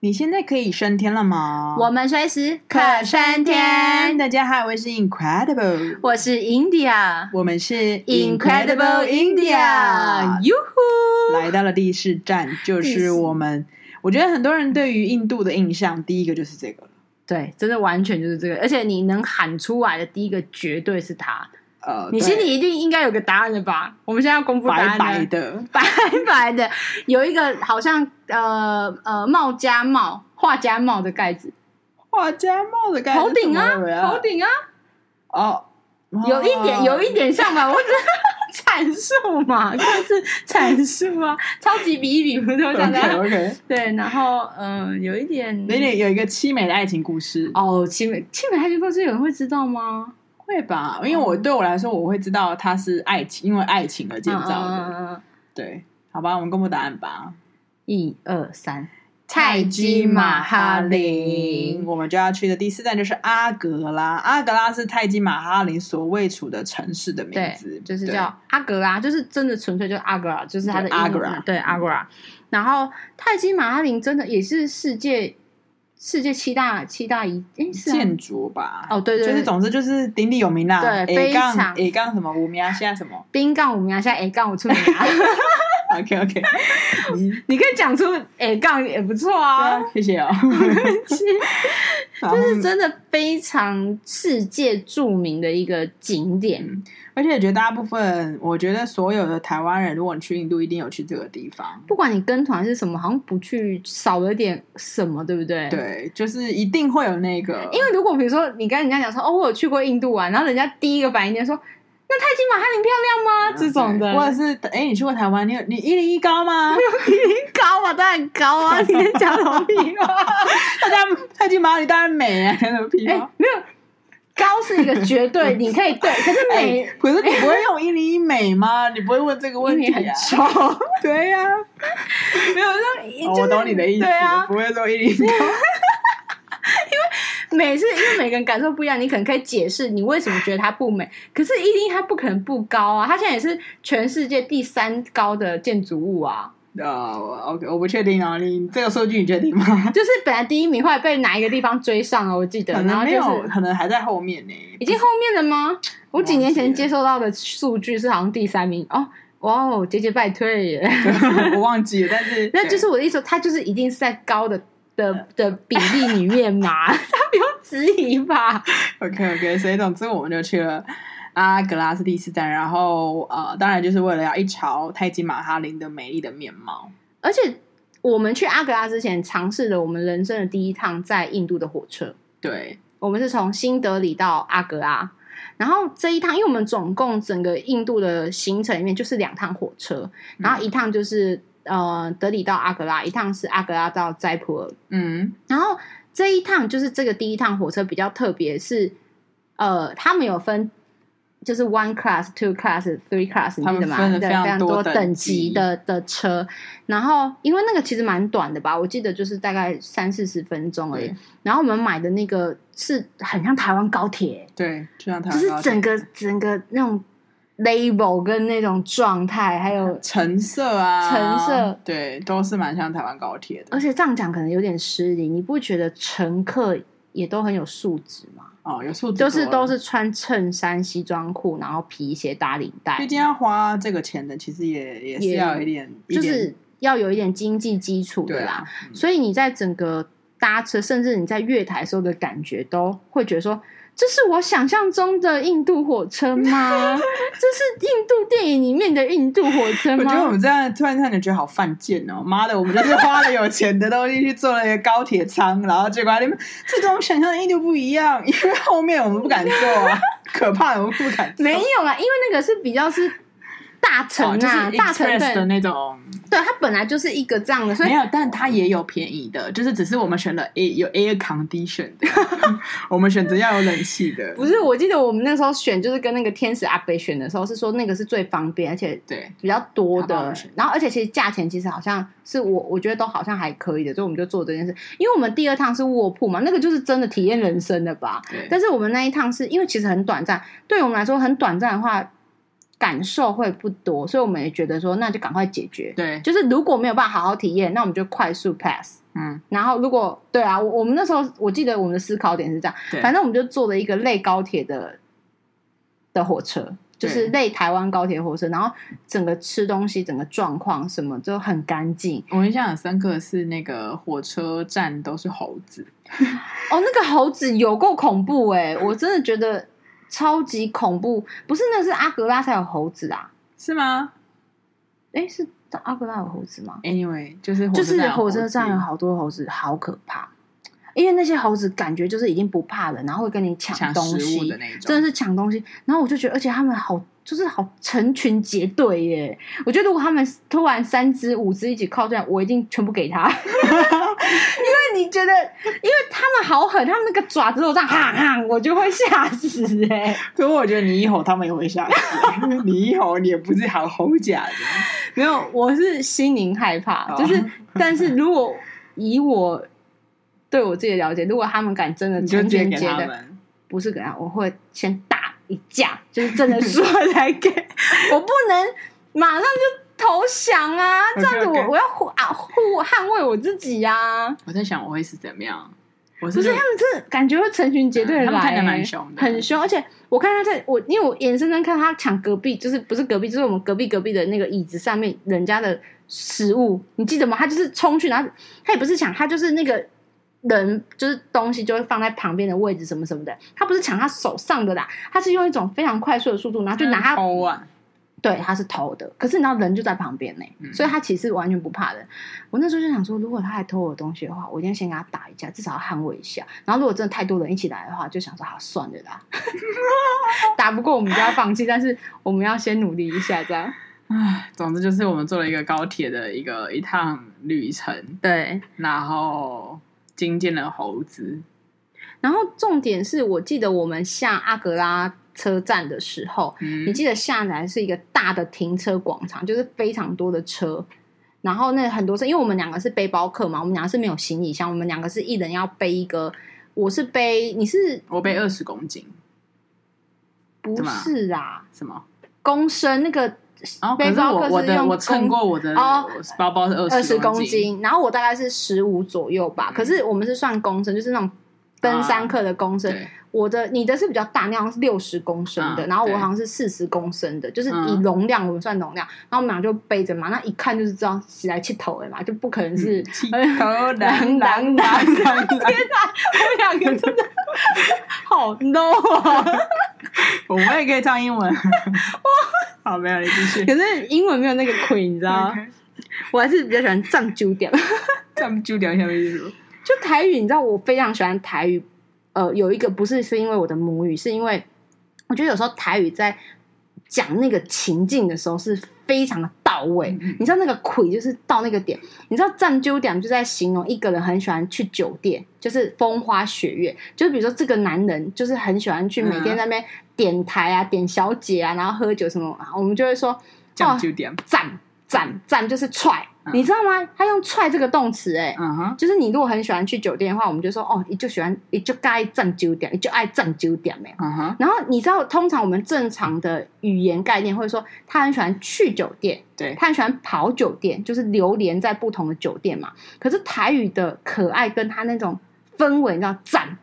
你现在可以升天了吗？我们随时可升天。大家好，我是 Incredible，我是 India，我们是 Incredible India，哟呼！来到了第四站，就是我们。我觉得很多人对于印度的印象，第一个就是这个。对，真的完全就是这个，而且你能喊出来的第一个绝对是它。呃，你对心里一定应该有个答案的吧？我们现在要公布答案白了白的，白白的，有一个好像呃呃帽加帽、画家帽的盖子，画家帽的概念头顶是什么鬼啊，头顶啊，哦，有一点哦有一点像吧？我只阐述嘛，就是阐述啊，超级比一比不就像这 OK 样？ OK，对，然后嗯、呃有一点有一点有一个凄美的爱情故事，哦，青梅青梅爱情故事有人会知道吗？会吧？因为我对我来说，我会知道它是爱情，因为爱情而建造嗯的。嗯嗯嗯嗯对，好吧，我们公布答案吧。一二三，泰泰姬姬玛玛哈哈林，林我们就要去的第四站就是阿格拉。阿格拉是泰姬玛哈林所位处的城市的名对字，，就是对叫阿格拉，就是真的纯粹就阿格拉，就是它的对英文 Agra 对阿格拉。然后泰姬玛哈林真的也是世界世界七大七大遗，诶，是啊建筑吧。哦对对就是对总之就是鼎鼎有名啦。对 A 非杠常 A 杠什么五名啊，现在什么 冰杠五名啊，现在 A 杠我出名 了， ？OK OK，你对你可以讲出 A 杠也不错啊啊，，谢谢 哦。 就就是真的非常世界著名的一个景点。而且我觉得大部分，我觉得所有的台湾人，如果你去印度，一定有去这个地方。不管你跟团是什么，好像不去少了点什么，对不对？。对，就是一定会有那个，因为如果比如说你跟人家讲说哦，我有去过印度玩，然后人家第一个反应就说那泰姬玛哈林漂亮吗？这种的，或者是哎、你去过台湾？你有你一零一高 吗？高啊，当然高 啊，你在讲什么屁 话？大家泰姬玛哈里当然美啊，那种屁 哎、话。没有，高是一个绝 对，你可以对，可是美、哎可是你不会用一零一美吗？ 你不会问这个问因为题你很啊？丑，对呀、 没有那、哦就是我懂你的意思，对啊不，会说一零一 高。美是因为每个人感受不一样，你可能可以解释你为什么觉得它不美。可是伊丁它不可能不高啊，它现在也是全世界第三高的建筑物啊。呃我，OK，我不确定哦，你这个数据你确定吗？就是本来第一名，后来被哪一个地方追上了，我记得，可然能后没就有，是可能还在后面呢。已经后面了吗？我几年前接收到的数据是好像第三名哦，哇哦，节节败退耶。 我忘记了，但是 那就是我的意思，它就是一定是在高的的的比例里面嘛， 它不用质疑吧？ OK OK，所以总之我们就去了阿格拉斯第四站，然后呃，当然就是为了要一朝泰姬玛哈林的美丽的面貌。而且我们去阿格拉之前，尝试了我们人生的第一趟在印度的火车，对，我们是从新德里到阿格拉。然后这一趟，因为我们总共整个印度的行程里面就是两趟火车，然后一趟就是呃德里到阿格拉，一趟是阿格拉到斋普尔，嗯，然后这一趟就是这个第一趟火车比较特别是，呃，他们有分就是 one class、two class、three class，你他记们得吗？分了对非常常多等等级的的车。然后因为那个其实蛮短的吧，我记得就是大概三四十分钟而已对。然后我们买的那个是很像台湾高铁，欸对，就像台就湾是高铁整个整个那种 label 跟那种状态，还有橙色啊，橙色，对，都是蛮像台湾高铁的而。且这样讲可能有点失礼，你不觉得乘客也都很有素质吗？哦，有素质多就了，是都是穿衬衫、西装裤，然后皮鞋、打领带毕，竟要花这个钱的，其实也也是也要有一点，一就点是要有一点经济基础对的啦啊。，嗯所以你在整个搭车，甚至你在月台时候的感觉，都会觉得说。这是我想象中的印度火车 吗？这是印度电影里面的印度火 车我觉得我吗？们这样突然突然觉得好犯贱哦！妈的，我们就是花了有钱的东西去坐了一个高铁舱，然后结果你们这跟我们想象的印度不一样，因为后面我们不敢坐啊， 可怕我们不敢坐。没有啦，因为那个是比较是大城哦，就是啊，大城 express 的对，那种，对，它本来就是一个这样的，所以没有，但它也有便宜的，就是只是我们选了 A 有 air condition 的，我们选择要有冷气的，不是，我记得我们那时候选，就是跟那个天使阿北选的时候，是说那个是最方便，而且对，比较多他帮我的们选。然后，而且其实价钱其实好像是我，我觉得都好像还可以的，所以我们就做这件事。因为我们第二趟是卧铺嘛，那个就是真的体验人生的吧。对但是我们那一趟是因为其实很短暂，对我们来说很短暂的话，感受会不多，所以我们也觉得说，那就赶快解决。对，就是如果没有办法好好体验，那我们就快速 pass。嗯，然后如果对啊，我我们那时候我记得我们的思考点是这样对，反正我们就坐了一个类高铁的的火车，就是类台湾高铁火车，然后整个吃东西、整个状况什么都很干净。我印象很深刻的是那个火车站都是猴子，哦，那个猴子有够恐怖哎、我真的觉得超级恐怖，不是那是阿格拉才有猴子啊？是吗哎，是阿格拉有猴子吗？ ？Anyway，就是火就车站是有火猴车子站有好多猴子，好可怕。因为那些猴子感觉就是已经不怕了，然后会跟你抢东食物西的，那一种，真的是抢东西。然后我就觉得，而且他们好就是好成群结队耶。我觉得如果他们突然三只五只一起靠近来，我一定全部给他， 因为你觉得，因为他们好狠，他们那个爪子都这样 哈哈，我就会吓死哎。可我觉得你一吼，他们也会吓 死。你一吼，你也不是好吼假的。没有，我是心灵害怕，哦 就是，但是如果以我对我自己的了解，如果他们敢真的你就成直接群给结他队，们，不是给他，我会先打一架，就是真的输了才给， 我不能马上就投降啊！这 OK，OK 样子我我要护啊护捍卫我自己呀、啊！我在想我会是怎么样？我不是是他们真的感觉会成群结队嗯来、他们看起来欸蛮凶的很凶，而且我看他在我，因为我眼睁睁看他抢隔壁，就是不是隔壁，就是我们隔壁隔壁的那个椅子上面人家的食物，你记得吗？他就是冲去，然后他也不是抢，他就是那个人就是东西就会放在旁边的位置什么什么的，他不是抢他手上的啦，他是用一种非常快速的速度，然后就拿他偷啊，对，他是偷的，可是你知道人就在旁边呢、嗯所以他其实完全不怕的。我那时候就想说，如果他还偷我的东西的话，我一定要先跟他打一架，至少要捍卫一下。然后如果真的太多人一起来的话，就想说好算了啦， 打不过我们就要放弃，但是我们要先努力一下，这样。唉，总之就是我们做了一个高铁的一个一趟旅程，对，然后惊见了猴子。然后重点是我记得我们下阿格拉车站的时候，你嗯，记得下来是一个大的停车广场，就是非常多的车，然后那很多车，因为我们两个是背包客嘛，我们两个是没有行李箱，我们两个是一人要背一个，我是背，你是我背二十公斤，不怎么是啊？什么？公升那个然后可背是包我客我是的用我称公过我的哦我包包是二二十公公，嗯斤，然后我大概是十五左右吧，可是我们是算公升，就是那种。登山客的公升，啊对，我的你的是比较大，那好像是六十公升的，嗯然后我对好像是四十公升的，就是以嗯容量我们算容量，然后我们俩就背着嘛，那一看就是知道是来气头的嘛，就不可 能是。呃头狼狼狼狼狼， 天哪，我们两个真的好 low 啊！我们也可以唱英 文。好，没有你继续。可是英文没有那个 queen，你知道吗 OK 我还是比较喜欢藏九点。咱们就聊一下为什么。就台语，你知道我非常喜欢台语，呃，有一个不是是因为我的母语，是因为我觉得有时候台语在讲那个情境的时候是非常的到位。嗯嗯你知道那个“魁”就是到那个点，你知道“占鸠点”就在形容一个人很喜欢去酒店，就是风花雪月。就是比如说这个男人就是很喜欢去每嗯天在那边点台啊、点小姐啊，然后喝酒什么，我们就会说哦讲究点，赞赞赞就是踹，嗯你知道吗？他用“踹”这个动词、欸，哎。嗯哼，就是你如果很喜欢去酒店的话，我们就说哦，你就喜欢，你就该占酒点，你就爱占酒点没有。嗯哼，然后你知道，通常我们正常的语言概念会说，他很喜欢去酒店，对，他很喜欢跑酒店，就是流连在不同的酒店嘛。可是台语的可爱跟他那种氛围，你知道，赞，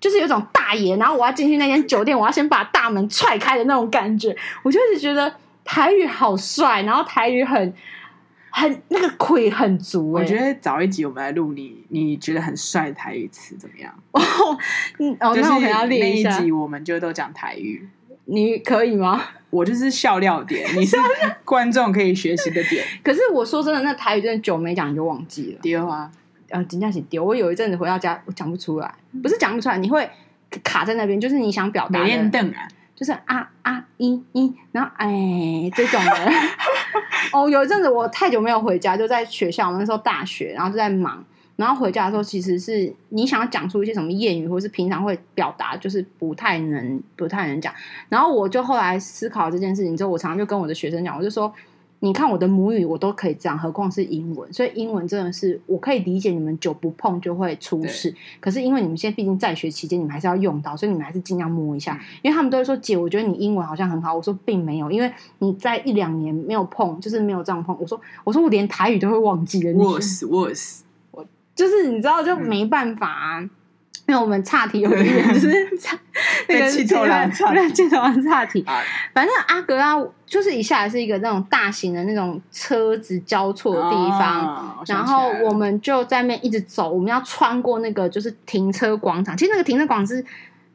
就是有一种大爷，然后我要进去那间酒店，我要先把大门踹开的那种感觉。我就一直觉得台语好帅，然后台语很很那个魁很足、欸，我觉得早一集我们来录你，你觉得很帅的台语词怎么样？哦，嗯，哦，就那是我可能要那练一下。集我们就都讲台语，你可以吗？ 我就是笑料点，你是观众可以学习的点。可是我说真的，那台语真的久没讲，你就忘记了。第二 啊，呃，真正是丢。我有一阵子回到家，我讲不出来，嗯不是讲不出来，你会卡在那边，就是你想表达美艳的，凳啊，就是啊啊一一，然后哎这种的。 哦，有一阵子我太久没有回家，就在学校，我那时候大学，然后就在忙。然后回家的时候，其实是你想要讲出一些什么谚语，或是平常会表达，就是不太能、不太能讲。然后我就后来思考这件事情之后，我常常就跟我的学生讲，我就说，你看我的母语我都可以这样，何况是英文？所以英文真的是我可以理解你们久不碰就会出事，可是因为你们现在毕竟在学期间，你们还是要用到，所以你们还是尽量摸一下。因为他们都会说姐，我觉得你英文好像很好。我说并没有，因为你在一两年没有碰，就是没有这样碰。我说我说我连台语都会忘记了，你 worse worse， 就是你知道就没办法、啊。嗯因为我们岔题有点 远，就是岔那个被气头狼岔题对气头狼岔题啊。反正阿格拉就是一下来是一个那种大型的那种车子交错的地方，啊我想然起来后了我们就在那边一直走，我们要穿过那个就是停车广场。其实那个停车广场是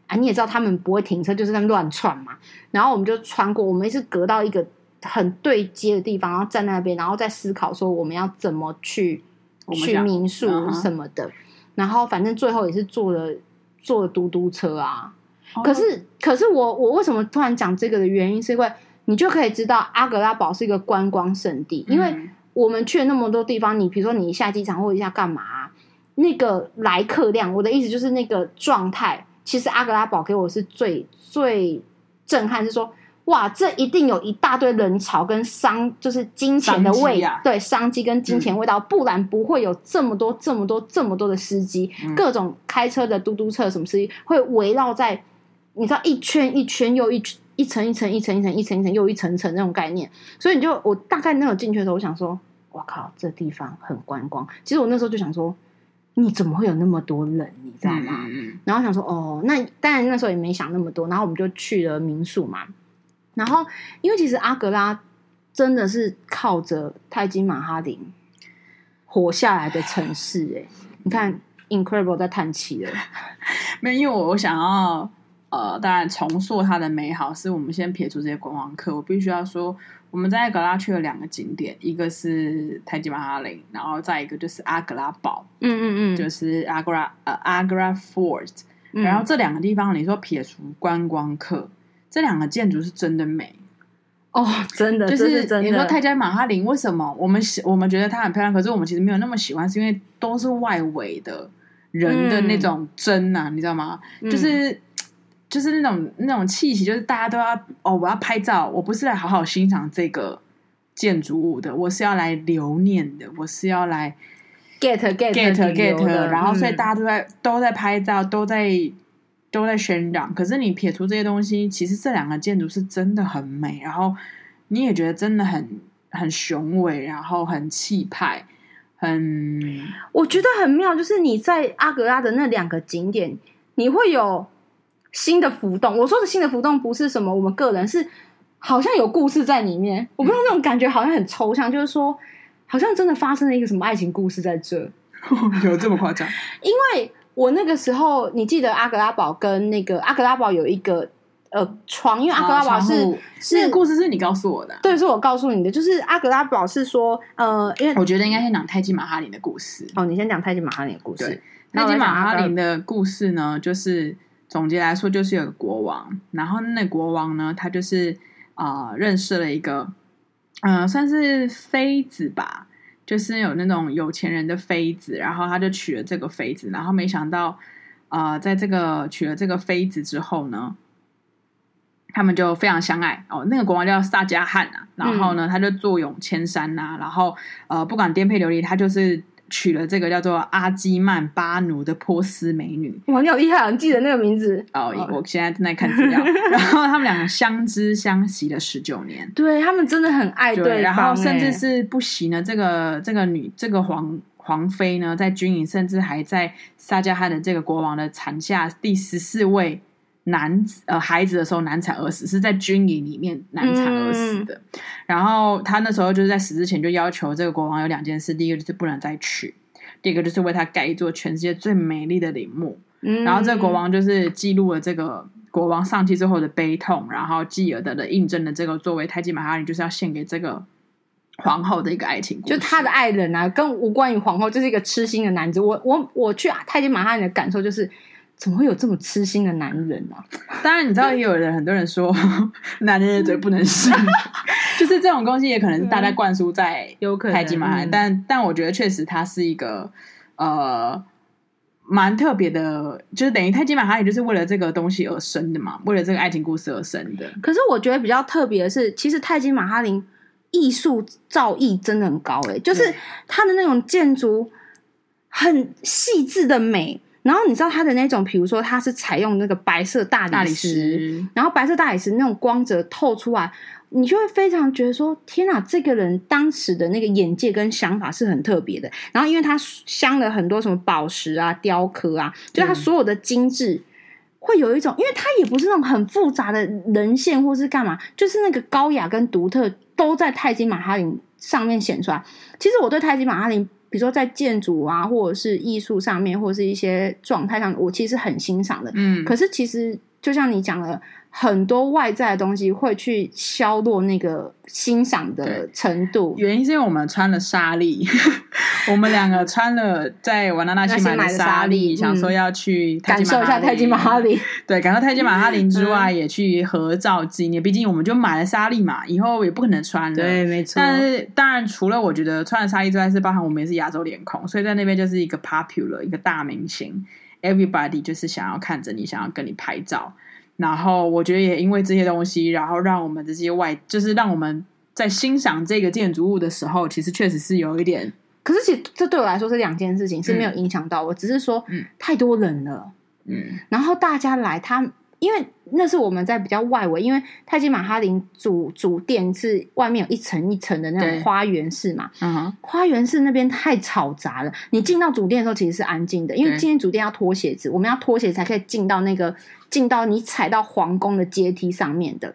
啊，你也知道他们不会停车，就是在那边乱窜嘛。然后我们就穿过，我们一直隔到一个很对接的地方，然后站在那边，然后再思考说我们要怎么去我们去讲民宿嗯哼什么的。然后反正最后也是坐了坐了嘟嘟车啊。哦可是可是我我为什么突然讲这个的原因，是因为你就可以知道阿格拉堡是一个观光圣地，因为。嗯我们去了那么多地方，你比如说你一下机场或一下干嘛啊、那个来客量，我的意思就是那个状态，其实阿格拉堡给我是最最震撼，是说哇，这一定有一大堆人潮跟商，就是金钱的商味，机啊嗯对商机跟金钱味道，不然不会有这么多这么多这么多的司机，嗯各种开车的嘟嘟车什么司机会围绕在，你知道一圈一圈又一圈。一层一层一层一层一层一层又一层层那种概念，所以你就我大概那种进去的时候，我想说，哇靠，这地方很观光。其实我那时候就想说，你怎么会有那么多人，你知道嗯吗？嗯然后想说，哦，那当然那时候也没想那么多，然后我们就去了民宿嘛。然后因为其实阿格拉真的是靠着泰姬玛哈林活下来的城市、欸，你看 Incredible 在叹气了，嗯没有，因为我我想要呃，当然重塑它的美好，是我们先撇除这些观光客，我必须要说，我们在格拉去了两个景点，一个是泰姬玛哈林，然后再一个就是阿格拉堡，嗯嗯嗯，嗯就是是阿格拉呃阿格拉 Fort，然后这两个地方，你说撇除观光客，这两个建筑是真的美。哦，真的，就这是是真你说的，泰加马哈林为什么我们喜我们觉得它很漂亮，可是我们其实没有那么喜欢，是因为都是外围的人的那种争啊，你知道吗？嗯就是就是那种那种气息，就是大家都要哦，我要拍照，我不是来好好欣赏这个建筑物的，我是要来留念的，我是要来 get get get 旅游 get，的然后所以嗯大家都在、都在拍照，都在都在宣扬。可是你撇除这些东西，其实这两个建筑是真的很美，然后你也觉得真的很很雄伟，然后很气派， 很我觉得很妙，就是你在阿格拉的那两个景点，你会有新的浮动。我说的新的浮动不是什么我们个人，是好像有故事在里面。我不知道那种感觉好像很抽象，就是说好像真的发生了一个什么爱情故事在这。有这么夸张？因为我那个时候，你记得阿格拉堡跟那个阿格拉堡有一个呃床，因为阿格拉堡是、啊窗户那是个故事是你告诉我的啊、对，是我告诉你的，就是阿格拉堡是说呃，因为我觉得应该先讲泰姬玛哈林的故事。哦，你先讲泰姬玛哈林的故事对。那泰我来姬讲玛阿格哈拉林的故事呢，就是总结来说，就是有个国王，然后那国王呢，他就是啊、呃认识了一个，嗯、算是妃子吧，就是有那种有钱人的妃子，然后他就娶了这个妃子，然后没想到啊、呃在这个娶了这个妃子之后呢。他们就非常相爱哦，那个国王叫萨迦汗啊，然后呢，他就坐拥千山呐、然后呃，不管颠沛流离，他就是娶了这个叫做阿基曼巴奴的波斯美女。哇，你好厉害啊！你记得那个名字哦哦，我现在正在看资料。 然后他们两个相知相惜了十九年，对他们真的很爱对，然后方甚欸至是不惜呢，这个这个女这个皇皇妃呢，在军营甚至还在萨迦汗的这个国王的产下第十四位男子呃孩子的时候难产而死，是在军营里面难产而死的。然后他那时候就是在死之前就要求这个国王有两件事，第一个就是不能再娶。第一个就是为他盖一座全世界最美丽的陵墓，嗯然后这个国王就是记录了这个国王丧妻之后的悲痛，然后继而的的印证了这个作为泰姬玛哈林就是要献给这个皇后的一个爱情故事。就他的爱人啊，跟无关于皇后，就是一个痴心的男子。我我我去泰姬玛哈林的感受就是，怎么会有这么痴心的男人啊？当然你知道也有人很多人说 男人的嘴不能 信，就是这种东西也可能是大家灌输在嗯有可嗯泰姬玛哈林，但但我觉得确实它是一个呃。蛮特别的，就是等于泰姬玛哈林就是为了这个东西而生的嘛，为了这个爱情故事而生的。可是我觉得比较特别的是，其实泰姬玛哈林艺术造诣真的很高诶、就是它的那种建筑很细致的美。然后你知道它的那种，比如说它是采用那个白色大理大理石，然后白色大理石那种光泽透出来，你就会非常觉得说：天哪，这个人当时的那个眼界跟想法是很特别的。然后因为他镶了很多什么宝石啊、雕刻啊，就他所有的精致。会有一种，因为它也不是那种很复杂的人线或是干嘛，就是那个高雅跟独特都在泰姬玛哈林上面显出来。其实我对泰姬玛哈林，比如说在建筑啊，或者是艺术上面，或者是一些状态上，我其实很欣赏的。嗯，可是其实就像你讲的，很多外在的东西会去削弱那个欣赏的对程度。原因是因为我们穿了纱丽， 我们两个穿了在瓦纳纳西那买新买的纱纱丽丽，想说嗯要去泰姬感受一下泰姬玛马哈林，嗯对，感受泰姬玛哈林之外，也去合照纪念。毕竟我们就买了纱丽嘛，以后也不可能穿了。，没嗯错但是当然，除了我觉得穿了纱丽之外，是包含我们也是亚洲脸孔，所以在那边就是一个 popular 一个大明星，everybody 就是想要看着你，想要跟你拍照。然后我觉得也因为这些东西，然后让我们这些外，就是让我们在欣赏这个建筑物的时候，其实确实是有一点可是其实这对我来说是两件事情，是没有影响到我，只是说嗯太多人了，嗯然后大家来他。因为那是我们在比较外围，因为泰姬玛哈林主主殿是外面有一层一层的那种对花园式嘛，嗯哼花园式那边太吵杂了。你进到主殿的时候其实是安静的，因为对今天主殿要脱鞋子，我们要脱鞋才可以进到那个进到你踩到皇宫的阶梯上面的。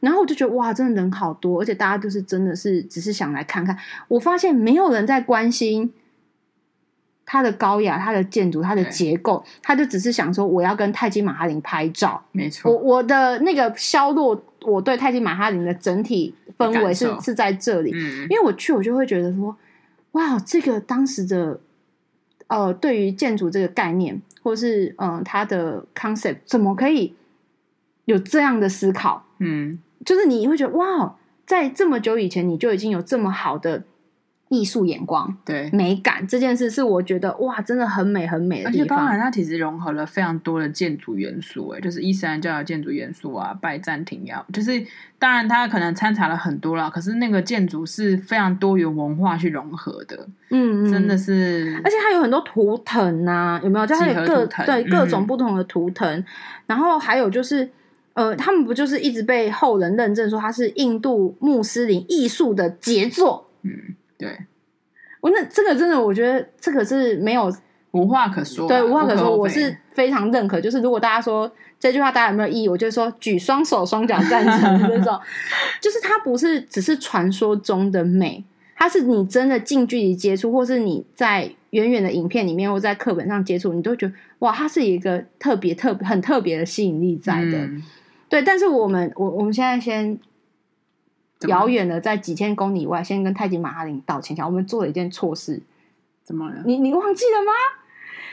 然后我就觉得哇，真的人好多，而且大家就是真的是只是想来看看。我发现没有人在关心它的高雅、它的建筑、它的对结构，他就只是想说我要跟泰姬玛哈林拍照。没我错，我的那个削弱我对泰姬玛哈林的整体氛围是感受是在这里。嗯，因为我去，我就会觉得说，哇，这个当时的呃，对于建筑这个概念，或是嗯、呃它的 concept，怎么可以有这样的思考？嗯，就是你会觉得哇，在这么久以前，你就已经有这么好的艺术眼光、对。美感这件事，是我觉得哇，真的很美很美的而地且包含方。它其实融合了非常多的建筑元素，哎，就是伊斯兰教的建筑元素啊，拜占庭呀、就是当然它可能掺杂了很多啦，可是那个建筑是非常多元文化去融合的，嗯，嗯真的。是而且它有很多图腾呐、有没有？就它有几何各图腾对嗯各种不同的图腾，然后还有就是，呃，他们不就是一直被后人认证说它是印度穆斯林艺术的杰作？嗯，对，我那这个真的，我觉得这个是没有无话可说啊、对无话可说，厚我非是非常认可。就是如果大家说这句话大家有没有异议，我就说举双手双脚赞成的这 种，就是它不是只是传说中的美，它是你真的近距离接触，或是你在远远的影片里面或在课本上接触，你都会觉得哇，它是一个特别特很特别的吸引力在的。嗯对，但是我们我我们现在先。怎么遥远的，在几千公里以外，先跟泰姬玛哈林道歉一下，我们做了一件错事，怎么了？你你忘记了吗？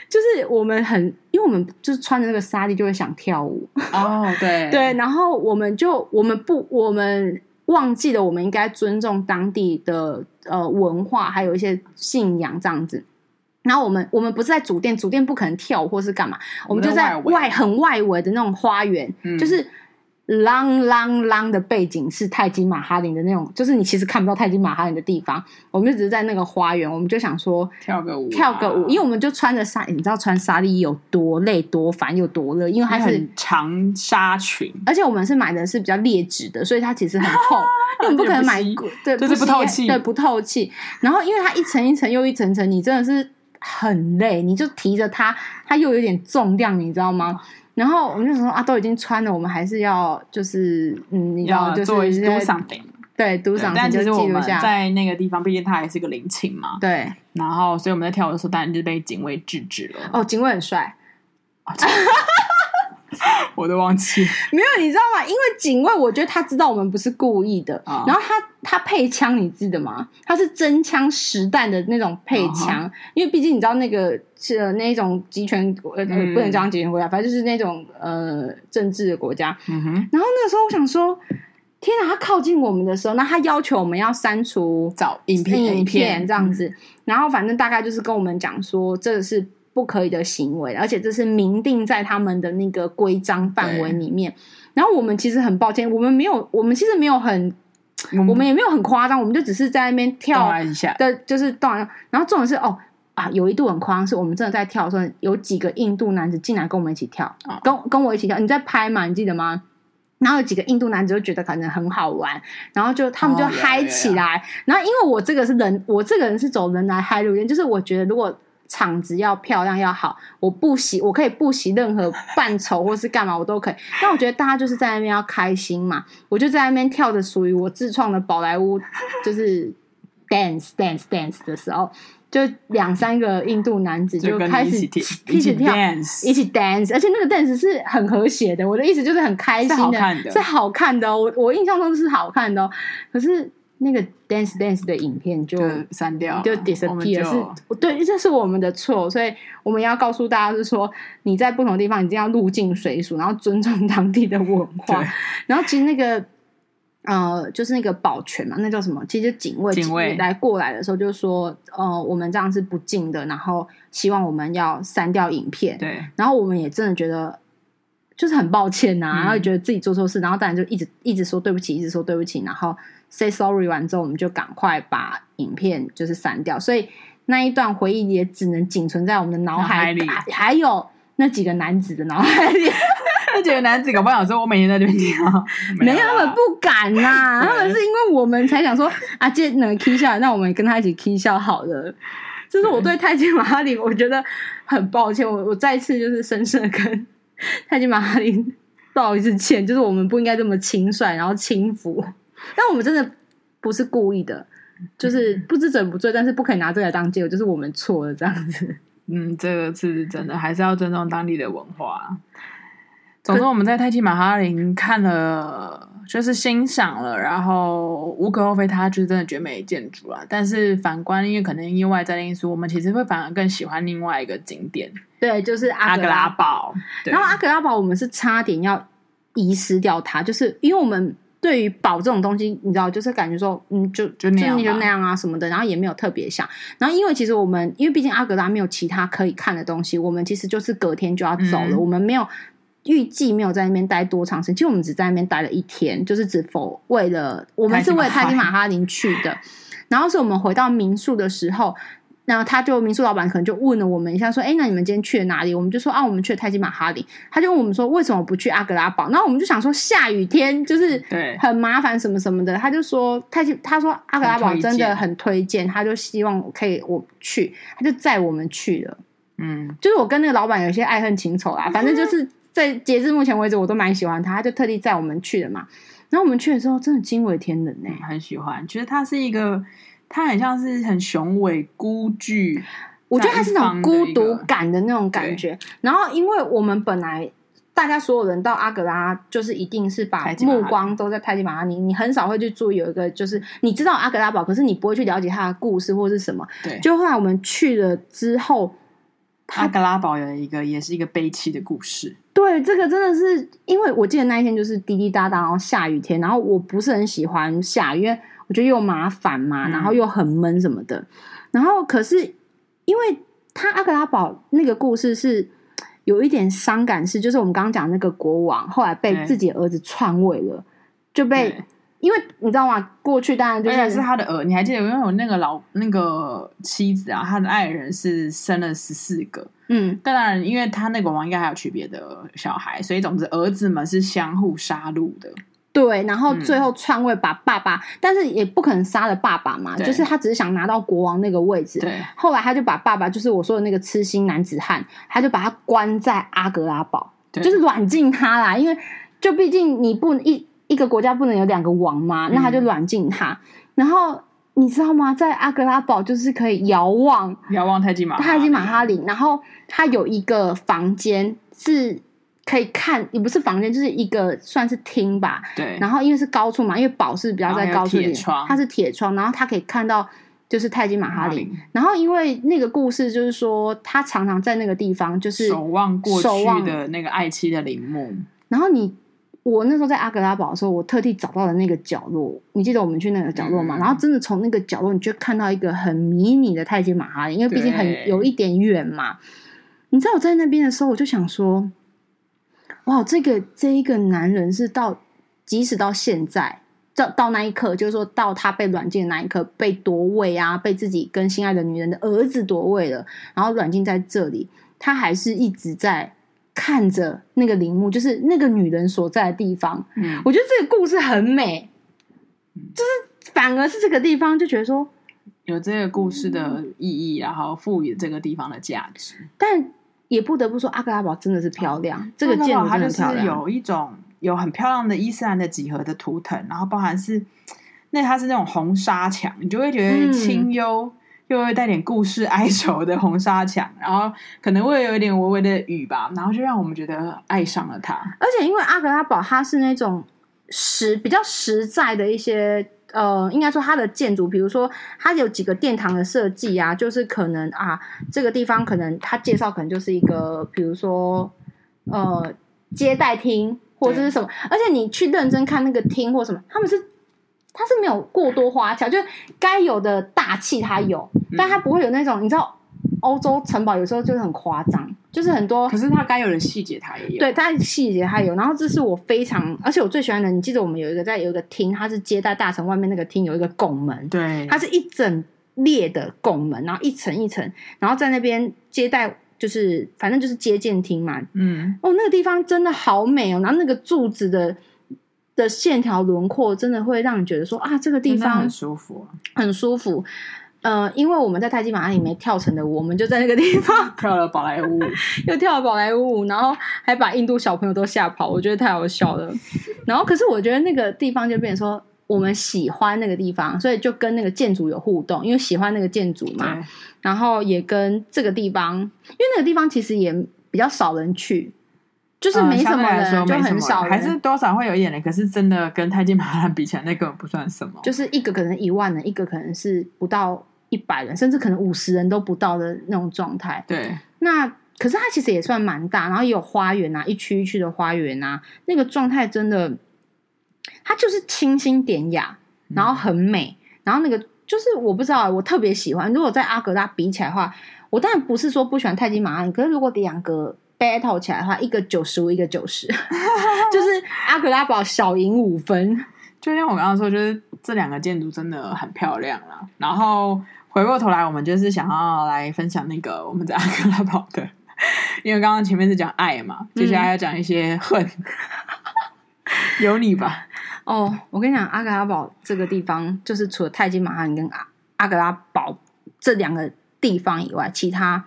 就是我们很，因为我们就是穿着那个纱丽就会想跳舞，哦，对对，，然后我们就我们不我们忘记了我们应该尊重当地的呃文化，还有一些信仰这样子。然后我们我们不是在主殿，主殿不可能跳舞或是干嘛，我我们们就在在外围外很外围的那种花园，嗯就是。啷啷啷的背景是泰姬玛哈林的那种，就是你其实看不到泰姬玛哈林的地方，我们就只是在那个花园，我们就想说，跳个舞啊、跳个舞，因为我们就穿着纱，你知道穿纱丽有多累、多烦又多热，因为它它是，很长纱裙，而且我们是买的是比较劣质的，所以它 其实很厚，因为我们不可能买而且不吸贵，对，就是不吸透气对，不透气。然后因为它一层一层又一层层，你真的是很累，你就提着它，它又有点重量，你知道吗？啊然后我们就想说啊，都已经穿了，我们还是要就是嗯，你知道，要就是做一些 do 些 something。对读对赏，但其就实我记录们一下，在那个地方，毕竟它还是个陵寝嘛，对然后所以我们在跳舞的时候，当然就被警卫制止了。哦，警卫很帅。 我都忘记。没有，你知道吗？因为警卫，我觉得他知道我们不是故意的。啊然后他他配枪，你记得吗？他是真枪实弹的那种配啊枪，因为毕竟你知道那个是、呃、那种集权国呃、嗯不能讲集权国家，反正就是那种呃政治的国家。嗯哼，然后那个时候我想说，天哪！他靠近我们的时候，那他要求我们要删除找影片影片这样嗯子，然后反正大概就是跟我们讲说，这是不可以的行为，而且这是明定在他们的那个规章范围里面。然后我们其实很抱歉，我们没有，我们其实没有很我们也没有很夸张，我们就只是在那边动跳了一下，的，就是动来。然后重点是哦啊，有一度很夸张，是我们真的在跳的时候，有几个印度男子进来跟我们一起跳，哦跟跟我一起跳。你在拍嘛？你记得吗？然后有几个印度男子就觉得可能很好玩，然后就他们就哦有嗨有起有来。然后因为我这个是人，我这个人是走人来嗨路线，就是我觉得如果场子要漂亮要好，我不惜我可以不惜任何 扮丑或是干嘛我都可以。但我觉得大家就是在那边要开心嘛，我就在那边跳着属于我自创的宝莱坞，就是 dance dance dance 的时候，就两三个印度男子就跟 开你一始起一跳，起跳。 dance，一起 dance，而且那个 dance 是很和谐的。我的意思就是很开心的，是好看的是好看的哦、我我印象中是好看的、哦，可是那个 dance dance 的影片就就删掉了，就我们 disappear，就是对，这是我们的错，所以我们要告诉大家，是说你在不同地方，你一定要入境随俗，然后尊重当地的文化对。然后其实那个呃，就是那个保全嘛，那叫什么？其实警卫警卫来过来的时候，就说呃，我们这样是不敬的，然后希望我们要删掉影片。 对然后我们也真的觉得就是很抱歉呐、嗯然后觉得自己做错事，然后当然就一直一直说对不起，一直说对不起，然后 say sorry 完之后，我们就赶快把影片就是删掉，所以那一段回忆也只能仅存在我们的脑海脑海还还有那几个男子的脑海里，那几个男子搞不好想说，我每天在这边 跳，没有啦他们不敢 呐、对他们是因为我们才想说啊，这能 K 笑，那我们跟他一起 K 笑好了。这是我对泰姬玛哈林，我觉得很抱歉，我我再次就是深深的跟泰姬玛哈林道一次歉，就是我们不应该这么轻率，然后轻浮，但我们真的不是故意的，就是不知者不罪，但是不可以拿这个来当借口，就是我们错了这样子。嗯，这个是真的，还是要尊重当地的文化。总之，我们在泰姬玛哈林看了，就是欣赏了，然后无可厚非，它就是真的绝美建筑啦。但是反观，因为可能因为外在的因素，我们其实会反而更喜欢另外一个景点对，就是阿格格拉拉堡。对然后阿格拉堡，我们是差点要遗失掉它，就是因为我们对于宝这种东西，你知道，就是感觉说，嗯，就就那样吧就那样啊什么的，然后也没有特别想。然后因为其实我们，因为毕竟阿格拉没有其他可以看的东西，我们其实就是隔天就要走了，嗯我们没有。预计没有在那边待多长时间，其实我们只在那边待了一天，就是只否为了我们是为了泰泰姬姬玛哈林玛哈林去的。然后是我们回到民宿的时候，那他就民宿老板可能就问了我们一下，说：“哎，那你们今天去了哪里？”我们就说：“啊，我们去了泰姬玛哈林。”他就问我们说：“为什么不去阿格拉堡？”然后我们就想说，下雨天就是对很麻烦什么什么的。他就说：“泰姬，他说阿格拉堡很推真的荐很推荐，他就希望可以我去，他就载我们去了。”嗯，就是我跟那个老板有一些爱恨情仇啦，反正就是在截至目前为止，我都蛮喜欢他，他就特地载我们去了嘛。然后我们去的时候，真的惊为天人呢、欸很喜欢。其实它是一个，它很像是很雄伟、孤据。我觉得它是那种绽放孤的一个独感的那种感觉。然后，因为我们本来大家所有人到阿格拉，就是一定是把泰姬玛哈目林光都在泰姬玛哈林，你很少会去注意有一个，就是你知道阿格拉堡，可是你不会去了解它的故事或是什么。对，就后来我们去了之后，阿格拉堡有一个，也是一个悲戚的故事。对，这个真的是因为我记得那一天就是滴滴答答，然后下雨天，然后我不是很喜欢下雨，因为我觉得又麻烦嘛，嗯然后又很闷什么的。然后可是因为他阿格拉堡那个故事是有一点伤感事，就是我们刚刚讲那个国王后来被对自己的儿子篡位了，就被对因为你知道吗？过去当然就而且是是。他的儿，你还记得？因为我那个老那个妻子啊，他的爱人是生了十四个，嗯，但当然，因为他那个王应该还有娶别的小孩，所以总之儿子们是相互杀戮的。对，然后嗯最后篡位把爸爸，但是也不可能杀了爸爸嘛，对就是他只是想拿到国王那个位置，对，后来他就把爸爸，就是我说的那个痴心男子汉，他就把他关在阿格拉堡，对就是软禁他啦。因为就毕竟你不一一个国家不能有两个王嘛，那他嗯就软禁他。然后你知道吗，在阿格拉堡就是可以遥望遥望泰姬玛哈，泰姬玛哈林，然后他有一个房间是可以看，也不是房间，就是一个算是厅吧，对，然后因为是高处嘛，因为宝是比较在高处然后还一有点铁窗，它是铁窗，然后它可以看到就是泰姬玛哈马林。哈林然后因为那个故事就是说，他常常在那个地方，就是守望过守去望的那个爱妻的陵墓，然后你，我那时候在阿格拉堡的时候，我特地找到了那个角落，你记得我们去那个角落吗？嗯然后真的从那个角落，你就看到一个很迷你的泰姬玛哈林，因为毕竟很对有一点远嘛。你知道我在那边的时候，我就想说，哇，这个这一个男人是到，即使到现在，到到那一刻，就是说到他被软禁的那一刻，被夺位啊，被自己跟心爱的女人的儿子夺位了，然后软禁在这里，他还是一直在看着那个陵墓，就是那个女人所在的地方。嗯，我觉得这个故事很美，就是反而是这个地方就觉得说，有这个故事的意义，然后赋予这个地方的价值。但也不得不说阿格拉堡真的是漂亮，这个那建么筑它真的就很漂是亮。有一种有很漂亮的伊斯兰的几何的图腾，然后包含是那它是那种红沙墙，你就会觉嗯得清幽。又会带点故事哀愁的红沙墙，然后可能会有一点微微的雨吧，然后就让我们觉得爱上了它。而且因为阿格拉堡它是那种实比较实在的一些。呃，应该说它的建筑，比如说它有几个殿堂的设计啊，就是可能啊，这个地方可能它介绍可能就是一个，比如说呃接待厅或者是什么，而且你去认真看那个厅或什么，他们是它是没有过多花俏，就是该有的大气它有，但它不会有那种你知道欧洲城堡有时候就是很夸张，就是很多可是它该有的细节它也有。哦对，它细节还有，然后这是我非常，而且我最喜欢的，你记得我们有一个在有一个厅，它是接待大臣外面那个厅有一个拱门，对，它是一整列的拱门，然后一层一层，然后在那边接待，就是反正就是接见厅嘛。嗯，哦，那个地方真的好美哦，然后那个柱子的的线条轮廓，真的会让你觉得说啊，这个地真的方很舒服、很舒服。呃，因为我们在泰姬玛哈里没跳绳的舞，我们就在那个地方跳了宝莱 坞舞，又跳了宝莱坞舞，然后还把印度小朋友都吓跑，我觉得太好笑了。然后，可是我觉得那个地方就变成说，我们喜欢那个地方，所以就跟那个建筑有互动，因为喜欢那个建筑嘛，对，然后也跟这个地方，因为那个地方其实也比较少人去，就是嗯没什相对么来人，说就没什很么少人人，还是多少会有一点人，可是真的跟泰姬玛哈比起来，那根本不算什么。就是一个可能一万人，一个可能是不到一百人，甚至可能五十人都不到的那种状态。对，那可是它其实也算蛮大，然后也有花园啊，一区一区的花园啊，那个状态真的，它就是清新典雅，然后很美，然后那个就是我不知道，我特别喜欢。如果在阿格拉比起来的话，我当然不是说不喜欢泰姬玛哈，可是如果两个 battle 起来的话，一个九十五，一个九十， 就是阿格拉堡小赢五分。就像我刚刚说，就是这两个建筑真的很漂亮啦。然后回过头来，我们就是想要来分享那个我们在阿克拉堡的，因为刚刚前面是讲爱嘛，接嗯下来要讲一些恨。有你吧，哦，我跟你讲，阿格拉堡这个地方，就是除了泰姬玛哈跟阿阿格拉堡这两个地方以外，其他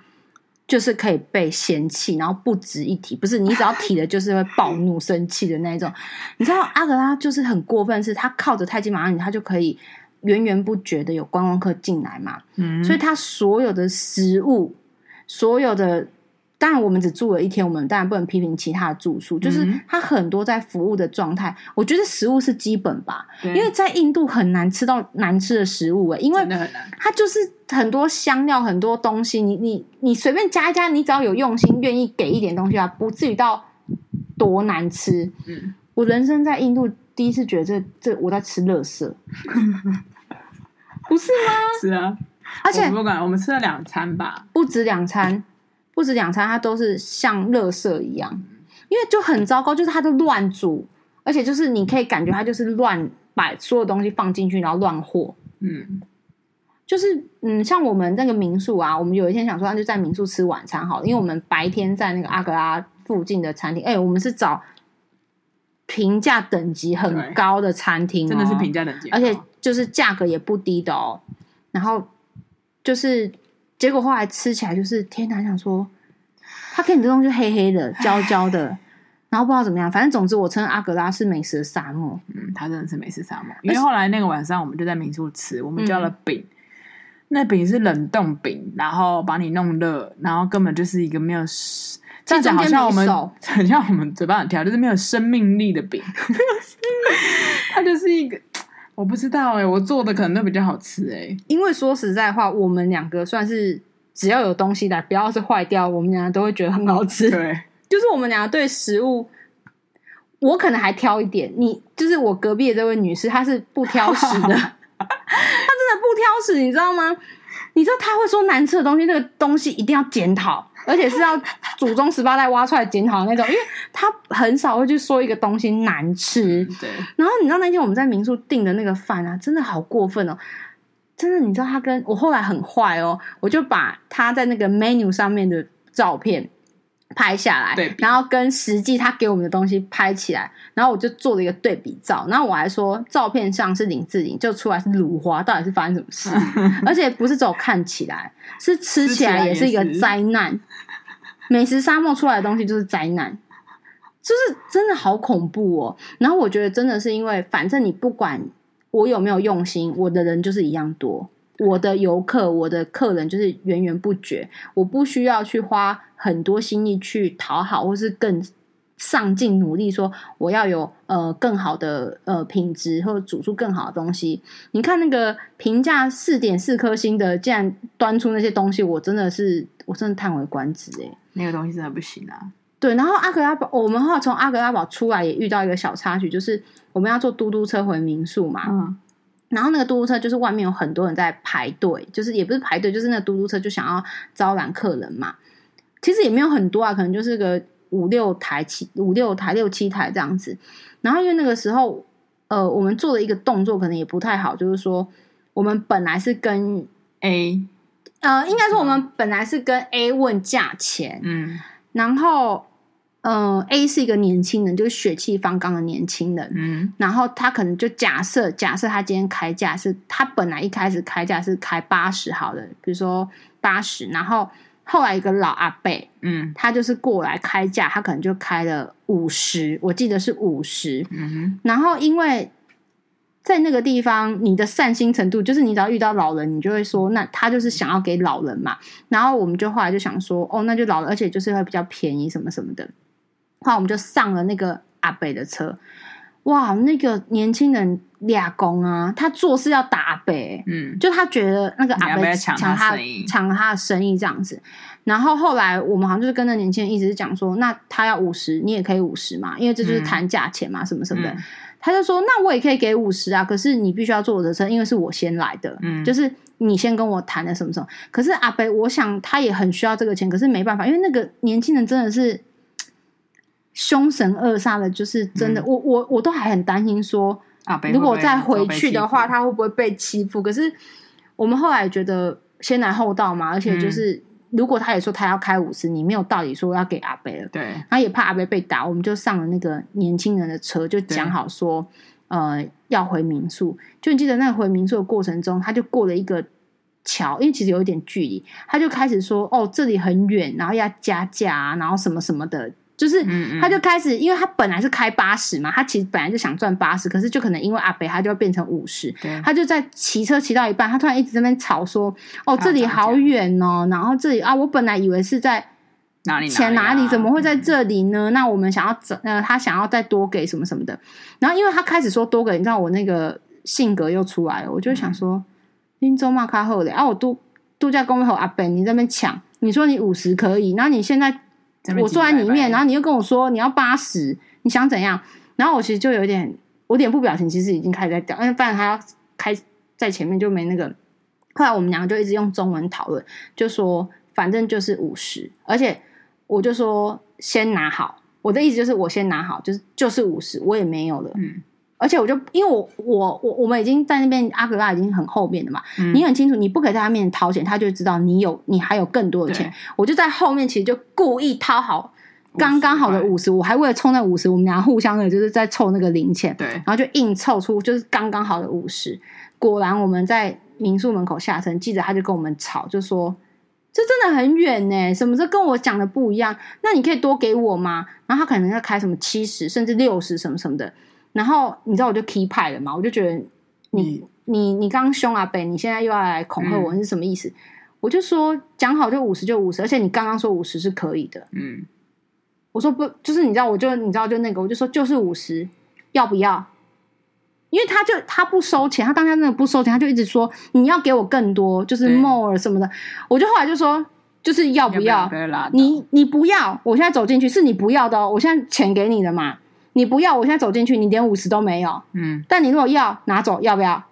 就是可以被嫌弃，然后不值一提。不是你只要提了，就是会暴怒、生气的那一种。你知道阿格拉就是很过分，是它靠着泰姬玛哈，它就可以源源不绝的有观光客进来嘛。嗯，所以它所有的食物，所有的，当然我们只住了一天，我们当然不能批评其他的住宿，就是嗯它很多在服务的状态，我觉得食物是基本吧，对因为在印度很难吃到难吃的食物、欸，因为嗯真。的很难，它就是很多香料，很多东西，你你你随便加一加，你只要有用心，愿意给一点东西啊，不至于到多难吃。嗯，我人生在印度第一次觉得这这我在吃垃 圾，不是吗？是啊，而且我们不管我们吃了两餐吧，不止两餐，不止两餐，它都是像垃圾一样，因为就很糟糕，就是它都乱煮，而且就是你可以感觉它就是乱把所有东西放进去，然后乱和。嗯，就是嗯，像我们那个民宿啊，我们有一天想说，那就在民宿吃晚餐好了，因为我们白天在那个阿格拉附近的餐厅，哎、我们是找评价等级很对高的餐厅、哦，真的是评价等级高，而且就是价格也不低的哦。然后就是结果后来吃起来就是天哪，想说他给你的东西就黑黑的、焦焦的，然后不知道怎么样。反正总之，我称阿格拉是美食的沙漠。嗯，他真的是美食沙漠。因为后来那个晚上，我们就在民宿吃，我们叫嗯了饼，那饼是冷冻饼，然后把你弄热，然后根本就是一个没有，这样 讲好像我们中间没有手很像我们嘴巴很挑，就是没有生命力的 饼，它就是一个。我不知道哎、我做的可能都比较好吃哎、 因为说实在话，我们两个算是只要有东西来，不要是坏掉，我们俩都会觉得很 好吃。对，就是我们俩对食物，我可能还挑一点，你就是我隔壁的这位女士，她是不挑食的，她真的不挑食，你知道吗？你知道她会说难吃的东西，那个东西一定要检讨，而且是要祖宗十八代挖出来检讨的那种，因为他很少会去说一个东西难吃。嗯对，然后你知道那天我们在民宿订的那个饭啊，真的好过分哦！真的，你知道他跟我后来很坏哦，我就把他在那个 menu 上面的照片拍下对来比，然后跟实际他给我们的东西拍起来，然后我就做了一个对比照，然后我还说照片上是林志玲，就出来是鲁花，到底是发生什么事？而且不是只有看起来，是吃起来也是一个吃起来灾难。美食沙漠出来的东西就是灾难，就是真的好恐怖哦。然后我觉得真的是因为，反正你不管我有没有用心，我的人就是一样多，我的游客、我的客人就是源源不绝，我不需要去花很多心力去讨好，或是更。上进努力，说我要有呃更好的呃品质，或者煮出更好的东西。你看那个评价四点四颗星的，竟然端出那些东西，我真的是我真的叹为观止哎、那个东西真的不行啊。对，然后阿格拉堡，我们后来从阿格拉堡出来也遇到一个小插曲，就是我们要坐嘟嘟车回民宿嘛，嗯，然后那个嘟嘟车就是外面有很多人在排队，就是也不是排队，就是那个嘟嘟车就想要招揽客人嘛。其实也没有很多啊，可能就是个五六台、七五六台、六七台这样子。然后因为那个时候，呃，我们做的一个动作可能也不太好，就是说我们本来是跟 A，呃，应该说我们本来是跟 A 问价钱，嗯然后呃 A 是一个年轻人，就是血气方刚的年轻人，嗯然后他可能就假设，假设他今天开价是，他本来一开始开价是开八十好了，比如说八十，然后后来一个老阿伯，嗯他就是过来开价，他可能就开了五十，我记得是五十，嗯哼，然后因为在那个地方，你的善心程度，就是你只要遇到老人，你就会说，那他就是想要给老人嘛。然后我们就后来就想说，哦，那就老人，而且就是会比较便宜什么什么的。后来我们就上了那个阿北的车，哇，那个年轻人俩公啊，他做事要打阿北、嗯就他觉得那个你阿要不要伯抢他他生意抢他的生意这样子，然后后来我们好像就是跟那年轻人一直是讲说，那他要五十，你也可以五十嘛，因为这就是嗯谈价钱嘛，什么什么的。嗯他就说，那我也可以给五十啊，可是你必须要坐我的车，因为是我先来的，嗯就是你先跟我谈的什么什么。可是阿北，我想他也很需要这个钱，可是没办法，因为那个年轻人真的是凶神恶煞的，就是真的，嗯我我我都还很担心说。啊，北如果会不会再回都被去的话，欺负他会不会被欺负？可是我们后来觉得先来后到嘛，而且嗯就是、如果他也说他要开五十，你没有道理说要给阿贝了，对，他也怕阿贝被打，我们就上了那个年轻人的车，就讲好说，呃，要回民宿。就你记得那个回民宿的过程中，他就过了一个桥，因为其实有一点距离，他就开始说，哦，这里很远，然后要加价、啊，然后什么什么的，就是嗯嗯他就开始，因为他本来是开八十嘛，他其实本来就想赚八十，可是就可能因为阿北，他就要变成五十。对，他就在骑车骑到一半，他突然一直在那边吵说：“哦，他这里涨价好远哦，然后这里啊，我本来以为是在哪里钱哪里啊怎么会在嗯这里呢？那我们想要怎呃，他想要再多给什么什么的。然后因为他开始说多给，你知道我那个性格又出来了，我嗯就会想说，林州骂卡后嘞啊，我度度假公会和阿北你在那边抢，你说你五十可以，然后你现在在那边我坐在里挤奶奶面，然后你又跟我说你要八十，你想怎样？然后我其实就有点，我脸部表情其实已经开始在掉，因为不然他要开在前面就没那个。后来我们两个就一直用中文讨论，就说反正就是五十，而且我就说先拿好，我的意思就是我先拿好，就是就是五十，我也没有了。嗯，而且我就因为我我我我们已经在那边阿格拉已经很后面了嘛，嗯你很清楚，你不可以在他面前掏钱，他就知道你有你还有更多的钱对。我就在后面，其实就故意掏好刚刚好的五五十，我还为了凑那五十，我们俩互相的就是在凑那个零钱，对然后就硬凑出就是刚刚好的五十。果然我们在民宿门口下车，记者他就跟我们吵，就说。这真的很远呢、什么这跟我讲的不一样？那你可以多给我吗？然后他可能要开什么七十甚至六十什么什么的，然后你知道我就 key 派了嘛，我就觉得你你你刚凶阿北，你现在又要来恐吓我，你是什么意思？我就说讲好就五十就五十，而且你刚刚说五十是可以的，嗯我说不，就是你知道，我就你知道就那个，我就说就是五十，要不要？因为他就他不收钱，他当下真的不收钱，他就一直说你要给我更多，就是对 more 什么的。我就后来就说就是要不要？被拉倒你你不要，我现在走进去是你不要的哦，我现在钱给你的嘛，你不要，我现在走进去你连五十都没有，嗯但你如果要拿走，要不要？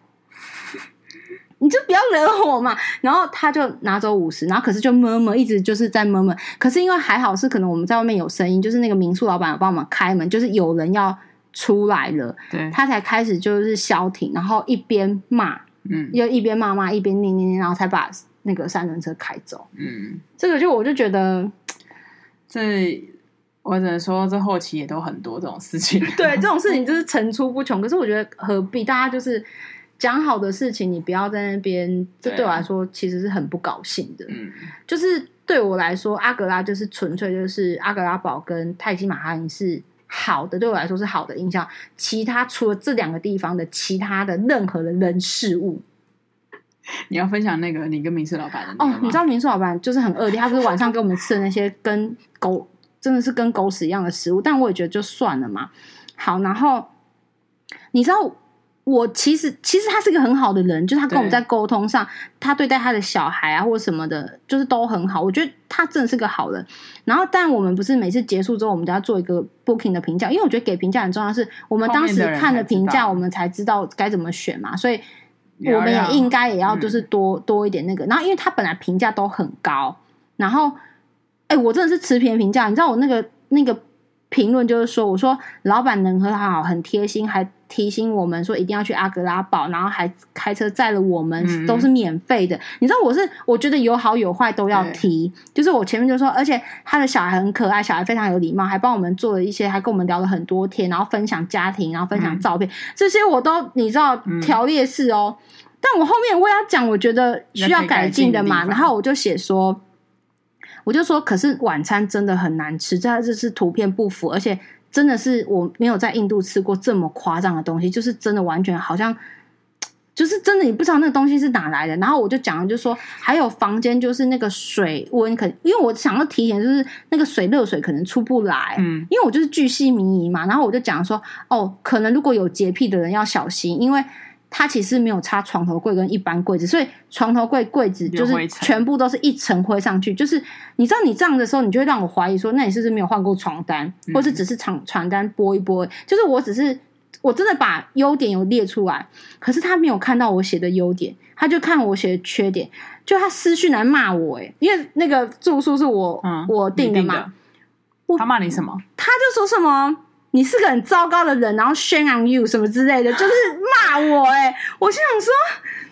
你就不要惹我嘛。然后他就拿走五十，然后可是就闷闷，一直就是在闷闷。可是因为还好是可能我们在外面有声音，就是那个民宿老板有帮我们开门，就是有人要出来了，对，他才开始就是消停，然后一边骂，嗯又一边骂骂一边念念念，然后才把那个三轮车开走。嗯，这个就我就觉得，这我只能说这后期也都很多这种事情。 对这种事情就是层出不穷。可是我觉得何必？大家就是讲好的事情，你不要在那边。这对对我来说其实是很不高兴的。嗯就是对我来说，阿格拉就是纯粹就是阿格拉堡跟泰姬玛哈林是好的，对我来说是好的印象。其他除了这两个地方的其他的任何的人事物，你要分享那个你跟民宿老板的那个哦吗，你知道民宿老板就是很恶劣，他不是晚上给我们吃的那些跟狗 真的是跟狗屎一样的食物，但我也觉得就算了嘛。好，然后你知道我其实其实他是一个很好的人，就是他跟我们对在沟通上，他对待他的小孩啊或什么的，就是都很好。我觉得他真的是个好人。然后，但我们不是每次结束之后，我们都要做一个 booking 的评价，因为我觉得给评价很重要是，我们后当面时的人看才了知评价，道我们才知道该怎么选嘛，所以。你要我们也让应该也要嗯就是多、多一点那个。然后因为他本来评价都很高，然后哎、我真的是持平的评价。你知道我那个那个评论就是说，我说老板人很好，很贴心，还提醒我们说一定要去阿格拉堡，然后还开车载了我们，嗯都是免费的。你知道我是我觉得有好有坏都要对提，就是我前面就说，而且他的小孩很可爱，小孩非常有礼貌，还帮我们做了一些，还跟我们聊了很多天，然后分享家庭，然后分享嗯照片，这些我都你知道嗯条列式哦。但我后面我也要讲，我觉得需要改进的要嘛。可以改进的地方然后我就写说，我就说，可是晚餐真的很难吃，这这是图片不符，而且真的是我没有在印度吃过这么夸张的东西，就是真的完全好像。就是真的，你不知道那个东西是哪来的。然后我就讲了，就说还有房间，就是那个水温，可能因为我想要提前，就是那个水热水可能出不来，嗯因为我就是巨细靡遗嘛，然后我就讲说，哦，可能如果有洁癖的人要小心，因为它其实没有擦床头柜跟一般柜子，所以床头柜柜子就有是灰尘全部都是一层灰上去。就是你知道你这样的时候，你就会让我怀疑说，那你是不是没有换过床单，嗯或是只是床床单拨一拨？就是我只是我真的把优点有列出来，可是他没有看到我写的优点，他就看我写的缺点，就他私讯来骂我、欸，因为那个住宿是我、嗯，我你订的定嘛，的我他骂你什么？他就说什么你是个很糟糕的人，然后 shame on you 什么之类的，就是骂我哎、 我心想说。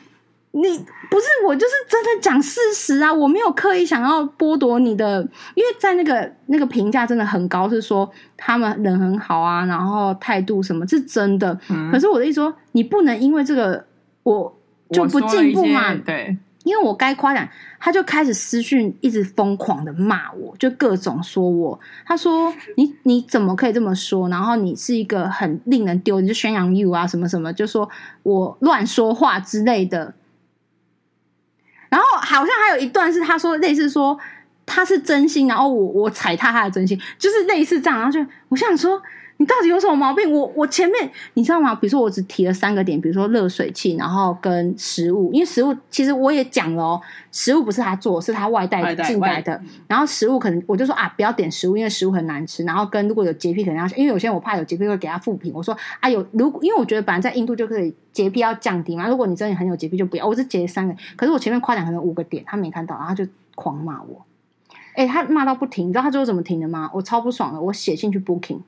你不是我，就是真的讲事实啊！我没有刻意想要剥夺你的，因为在那个那个评价真的很高，是说他们人很好啊，然后态度什么是真的。嗯可是我的意思说，你不能因为这个我就我不说了进一步些嘛，对，因为我该夸奖，他就开始私讯，一直疯狂的骂我，就各种说我。他说你你怎么可以这么说？然后你是一个很令人丢，你就宣扬 you 啊什么什么，就说我乱说话之类的。然后好像还有一段是他说类似说他是真心，然后我我踩踏他的真心，就是类似这样。然后就我想说，你到底有什么毛病？我我前面你知道吗？比如说我只提了三个点，比如说热水器，然后跟食物，因为食物其实我也讲了哦，食物不是他做，是他外带外带哎进来外的。然后食物可能我就说啊，不要点食物，因为食物很难吃。然后跟如果有洁癖，可能要因为有些人我怕有洁癖会给他负评，我说啊有如果因为我觉得反正在印度就可以洁癖要降低嘛，如果你真的很有洁癖就不要。我只截三个，可是我前面夸奖可能五个点，他没看到，然后他就狂骂我。哎、他骂到不停，你知道他最后怎么停的吗？我超不爽的，我写信去 Booking，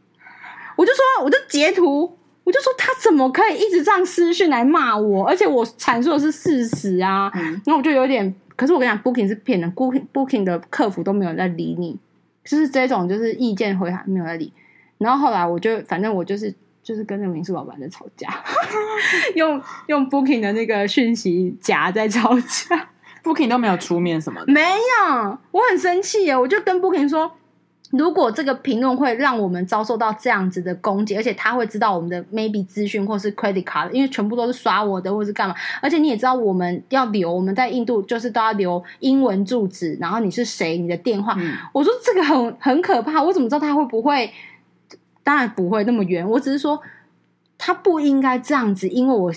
我就说我就截图。我就说他怎么可以一直这样私讯来骂我，而且我阐述的是事实啊，嗯那我就有点，可是我跟你讲，Booking 是骗人，Booking Booking 的客服都没有人在理你，就是这种就是意见回函没有在理。然后后来我就反正我就是就是跟那个民宿老板在吵架， 用用 Booking 的那个讯息夹在吵架。 ，Booking 都没有出面什么的，没有，我很生气耶！我就跟 Booking 说，如果这个评论会让我们遭受到这样子的攻击，而且他会知道我们的 maybe 资讯或是 credit card，因为全部都是刷我的或是干嘛，而且你也知道我们要留，我们在印度就是都要留英文住址，然后你是谁，你的电话，嗯，我说这个很很可怕，我怎么知道他会不会？当然不会那么远，我只是说他不应该这样子，因为我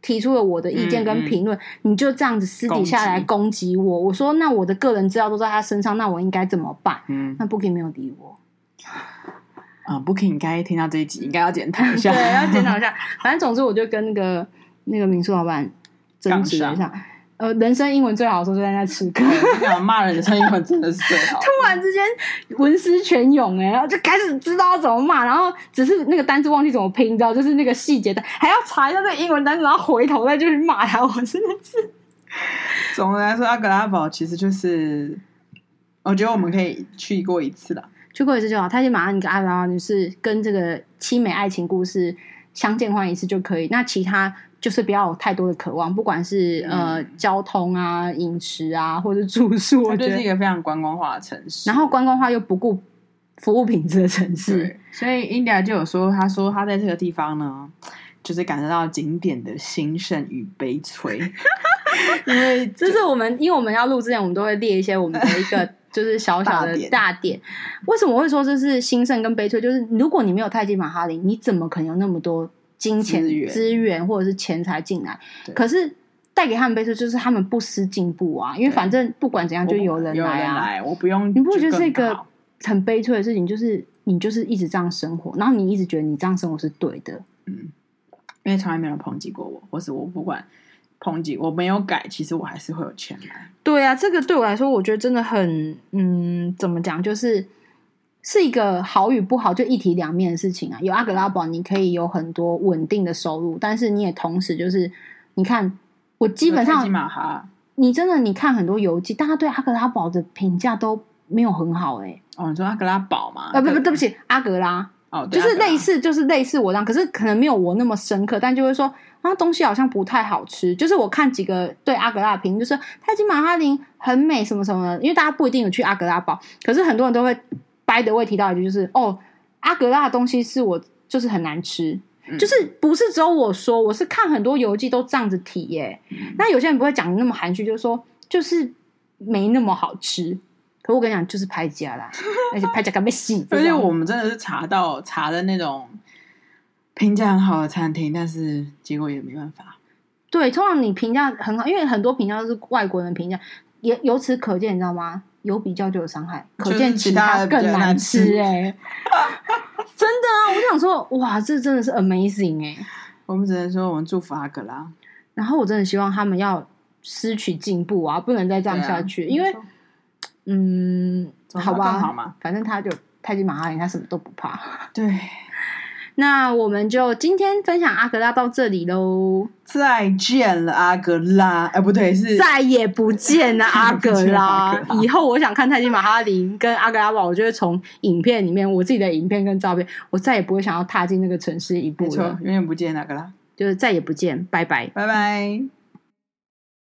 提出了我的意见嗯跟嗯评论，你就这样子私底下攻击来攻击我。我说那我的个人资料都在他身上，那我应该怎么办？嗯那 Booking 没有理我，啊，Booking 应该听到这一集，应该要检讨一下，对，要检讨一下。反正总之，我就跟那个那个民宿老板争执了一下。呃，人生英文最好的时候就在那吃 课，我想骂人的声音文真的是最好。突然之间文思泉涌哎、然后就开始知道要怎么骂，然后只是那个单字忘记怎么拼，你知道，就是那个细节的，还要查一下这个英文单词，然后回头再就去骂他，我真的是总的来说，阿格拉堡其实就是，我觉得我们可以去过一次了。去过一次就好。他就马上你跟阿拉就是跟这个凄美爱情故事相见欢一次就可以，那其他。就是不要有太多的渴望，不管是、呃交通啊、饮食啊，或者住宿，我它觉就是一得，个非常观光化的城市。然后观光化又不顾服务品质的城市，对，嗯所以 India 就有说，他说他在这个地方呢，就是感受到景点的兴盛与悲 催，因为这是我们，因为我们要录之前，我们都会列一些我们的一 个就是小小的大点大点。为什么我会说这是兴盛跟悲催？就是如果你没有泰姬玛哈林，你怎么可能有那么多金钱资源资源或者是钱财进来对？可是带给他们悲催，就是他们不思进步啊，因为对反正不管怎样我就不有人有来人啊。来，我不用，你不觉得更是一个好很悲催的事情？就是你就是一直这样生活，然后你一直觉得你这样生活是对的，因为从来没有人抨击过我，或是我不管抨击我没有改，其实我还是会有钱买。对啊，这个对我来说，我觉得真的很，嗯，怎么讲，就是是一个好与不好就一体两面的事情啊。有阿格拉堡，你可以有很多稳定的收入，但是你也同时就是，你看，我基本有泰姬上玛哈你真的你看很多游记，大家对阿格拉堡的评价都没有很好哎、哦，你说阿格拉堡嘛？啊不不，对对不起，阿格拉哦，对就是类。阿格拉似就是类似我这样，可是可能没有我那么深刻，但就会说啊东西好像不太好吃。就是我看几个对阿格拉的评论，就是泰姬玛哈林很美什么什么的，因为大家不一定有去阿格拉堡，可是很多人都会掰的会提到一句，就是哦阿格拉的东西是我就是很难吃。嗯就是不是只有我说，我是看很多游记都这样子提耶、嗯那有些人不会讲得那么含蓄，就是说就是没那么好吃。可我跟你讲，就是拍 价啦，而且拍价干被洗。而且我们真的是查到查的那种评价很好的餐厅，但是结果也没办法。对，通常你评价很好，因为很多评价都是外国人评价，也由此可见，你知道吗？有比较就有伤害，可就是见其他他的更比较难难吃吃哎、真的啊！我就想说，哇，这真的是 amazing 哎、我们只能说我们祝福阿格拉，然后我真的希望他们要吸取进步啊，不能再这样对啊下去，因为没错嗯，总好之吧，更好嘛，反正他就泰姬玛哈林，他什么都不怕。对，那我们就今天分享阿格拉到这里喽，再见了阿格拉，哎、不对，是再也不见了阿格拉 再也不见了阿。格拉以后我想看泰姬玛哈林跟阿格拉堡，我就会从影片里面，我自己的影片跟照片，我再也不会想要踏进那个城市一步没错了，，永远不见阿格拉，就是再也不见，拜拜。拜拜。